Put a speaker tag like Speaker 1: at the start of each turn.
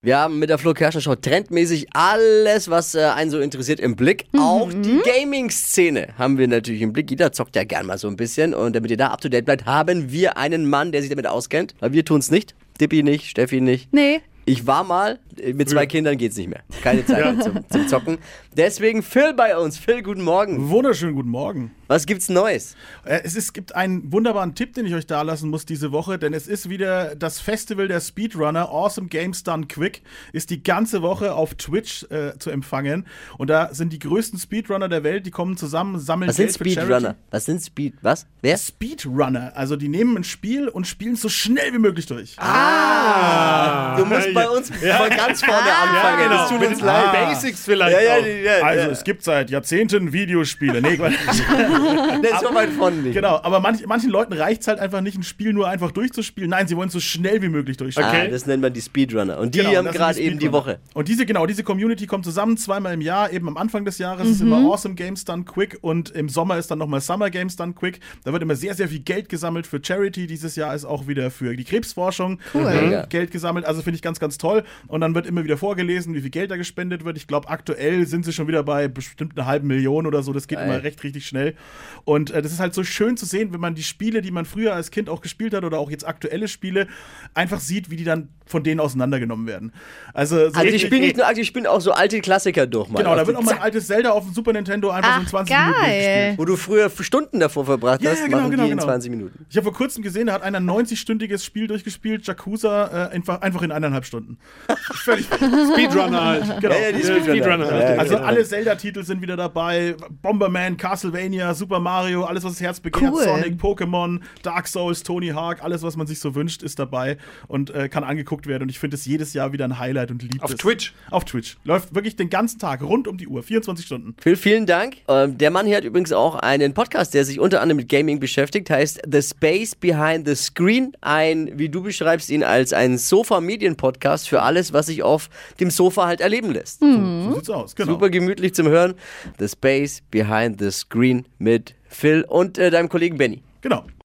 Speaker 1: Wir haben mit der Flo Kerschner Show trendmäßig alles, was äh, einen so interessiert, im Blick.
Speaker 2: Mhm.
Speaker 1: Auch die Gaming-Szene haben wir natürlich im Blick. Jeder zockt ja gern mal so ein bisschen. Und damit ihr da up to date bleibt, haben wir einen Mann, der sich damit auskennt. Weil wir tun's nicht. Dippi nicht, Steffi nicht.
Speaker 3: Nee.
Speaker 1: Ich war mal, äh, mit zwei Kindern geht's nicht mehr. Keine Zeit mehr zum, zum Zocken. Deswegen Phil bei uns. Phil, guten Morgen.
Speaker 2: Wunderschönen guten Morgen.
Speaker 1: Was gibt's Neues?
Speaker 2: Äh, Es ist, gibt einen wunderbaren Tipp, den ich euch da lassen muss diese Woche, denn es ist wieder das Festival der Speedrunner. Awesome Games Done Quick ist die ganze Woche auf Twitch äh, zu empfangen. Und da sind die größten Speedrunner der Welt, die kommen zusammen, sammeln
Speaker 1: Was sind
Speaker 2: Geld für Charity.
Speaker 1: Speedrunner? Was sind Speed... Was? Wer?
Speaker 2: Speedrunner, also die nehmen ein Spiel und spielen so schnell wie möglich durch.
Speaker 1: Ah,
Speaker 2: Ah.
Speaker 1: Du musst bei uns von ganz vorne anfangen.
Speaker 4: genau.
Speaker 1: Es tut uns
Speaker 4: Mit
Speaker 1: leid.
Speaker 4: Basics vielleicht auch.
Speaker 2: also es gibt seit Jahrzehnten Videospiele. Nee, Quatsch.
Speaker 1: Das ist so weit von nicht.
Speaker 2: genau, aber manch, manchen Leuten reicht es halt einfach nicht, ein Spiel nur einfach durchzuspielen. Nein, sie wollen es so schnell wie möglich durchspielen.
Speaker 1: Ah, das nennt man die Speedrunner. Und die
Speaker 2: Genau,
Speaker 1: haben
Speaker 2: das sind
Speaker 1: gerade eben die
Speaker 2: Speedrunner.
Speaker 1: Woche.
Speaker 2: Und diese, genau, diese Community kommt zusammen zweimal im Jahr, eben am Anfang des Jahres ist immer Awesome Games Done Quick und im Sommer ist dann nochmal Summer Games Done Quick. Da wird immer sehr, sehr viel Geld gesammelt für Charity. Dieses Jahr ist auch wieder für die Krebsforschung
Speaker 1: Mega.
Speaker 2: Geld gesammelt. Also finde ich ganz, ganz toll. Und dann wird immer wieder vorgelesen, wie viel Geld da gespendet wird. Ich glaube, aktuell sind sie schon wieder bei bestimmt einer halben Million oder so. Das geht
Speaker 1: Geil.
Speaker 2: immer recht, richtig schnell. Und äh, das ist halt so schön zu sehen, wenn man die Spiele, die man früher als Kind auch gespielt hat oder auch jetzt aktuelle Spiele, einfach sieht, wie die dann von denen auseinandergenommen werden. Also, so
Speaker 1: Also die
Speaker 2: richtig-
Speaker 1: spielen nicht nur aktiv, die spielen auch so alte Klassiker durch. Mal
Speaker 2: Genau,
Speaker 1: auf
Speaker 2: da
Speaker 1: die-
Speaker 2: wird auch mal ein
Speaker 1: Zack,
Speaker 2: altes Zelda auf dem Super Nintendo einfach so in
Speaker 3: Ach,
Speaker 2: 20 Minuten
Speaker 3: geil.
Speaker 2: gespielt. genau,
Speaker 1: Wo du früher Stunden davor verbracht hast, machen die in 20 Minuten.
Speaker 2: Ich habe vor kurzem gesehen, da hat einer ein 90-stündiges Spiel durchgespielt, Jakusa, äh, einfach, einfach in eineinhalb Stunden. Völlig
Speaker 4: Speedrunner halt.
Speaker 2: Genau.
Speaker 1: Ja, ja, die Speedrunner.
Speaker 4: Speedrunner halt.
Speaker 1: Ja,
Speaker 2: Also
Speaker 1: genau.
Speaker 2: alle Zelda-Titel sind wieder dabei. Bomberman, Castlevania, Super Mario, alles was das Herz begehrt,
Speaker 3: Cool.
Speaker 2: Sonic, Pokémon, Dark Souls, Tony Hawk, alles was man sich so wünscht, ist dabei und äh, kann angeguckt werden. Und ich finde es jedes Jahr wieder ein Highlight und liebe
Speaker 4: Auf
Speaker 2: es.
Speaker 4: Twitch?
Speaker 2: Auf Twitch. Läuft wirklich den ganzen Tag, rund um die Uhr, 24 Stunden.
Speaker 1: Phil, vielen Dank. Ähm, der Mann hier hat übrigens auch einen Podcast, der sich unter anderem mit Gaming beschäftigt, heißt The Space Behind the Screen. Ein, wie du beschreibst ihn, als ein Sofa-Medien-Podcast für alles, was sich auf dem Sofa halt erleben lässt.
Speaker 2: So sieht's aus, genau.
Speaker 1: Super gemütlich zum Hören. The Space Behind the Screen mit Phil und äh, deinem Kollegen Benny.
Speaker 2: Genau.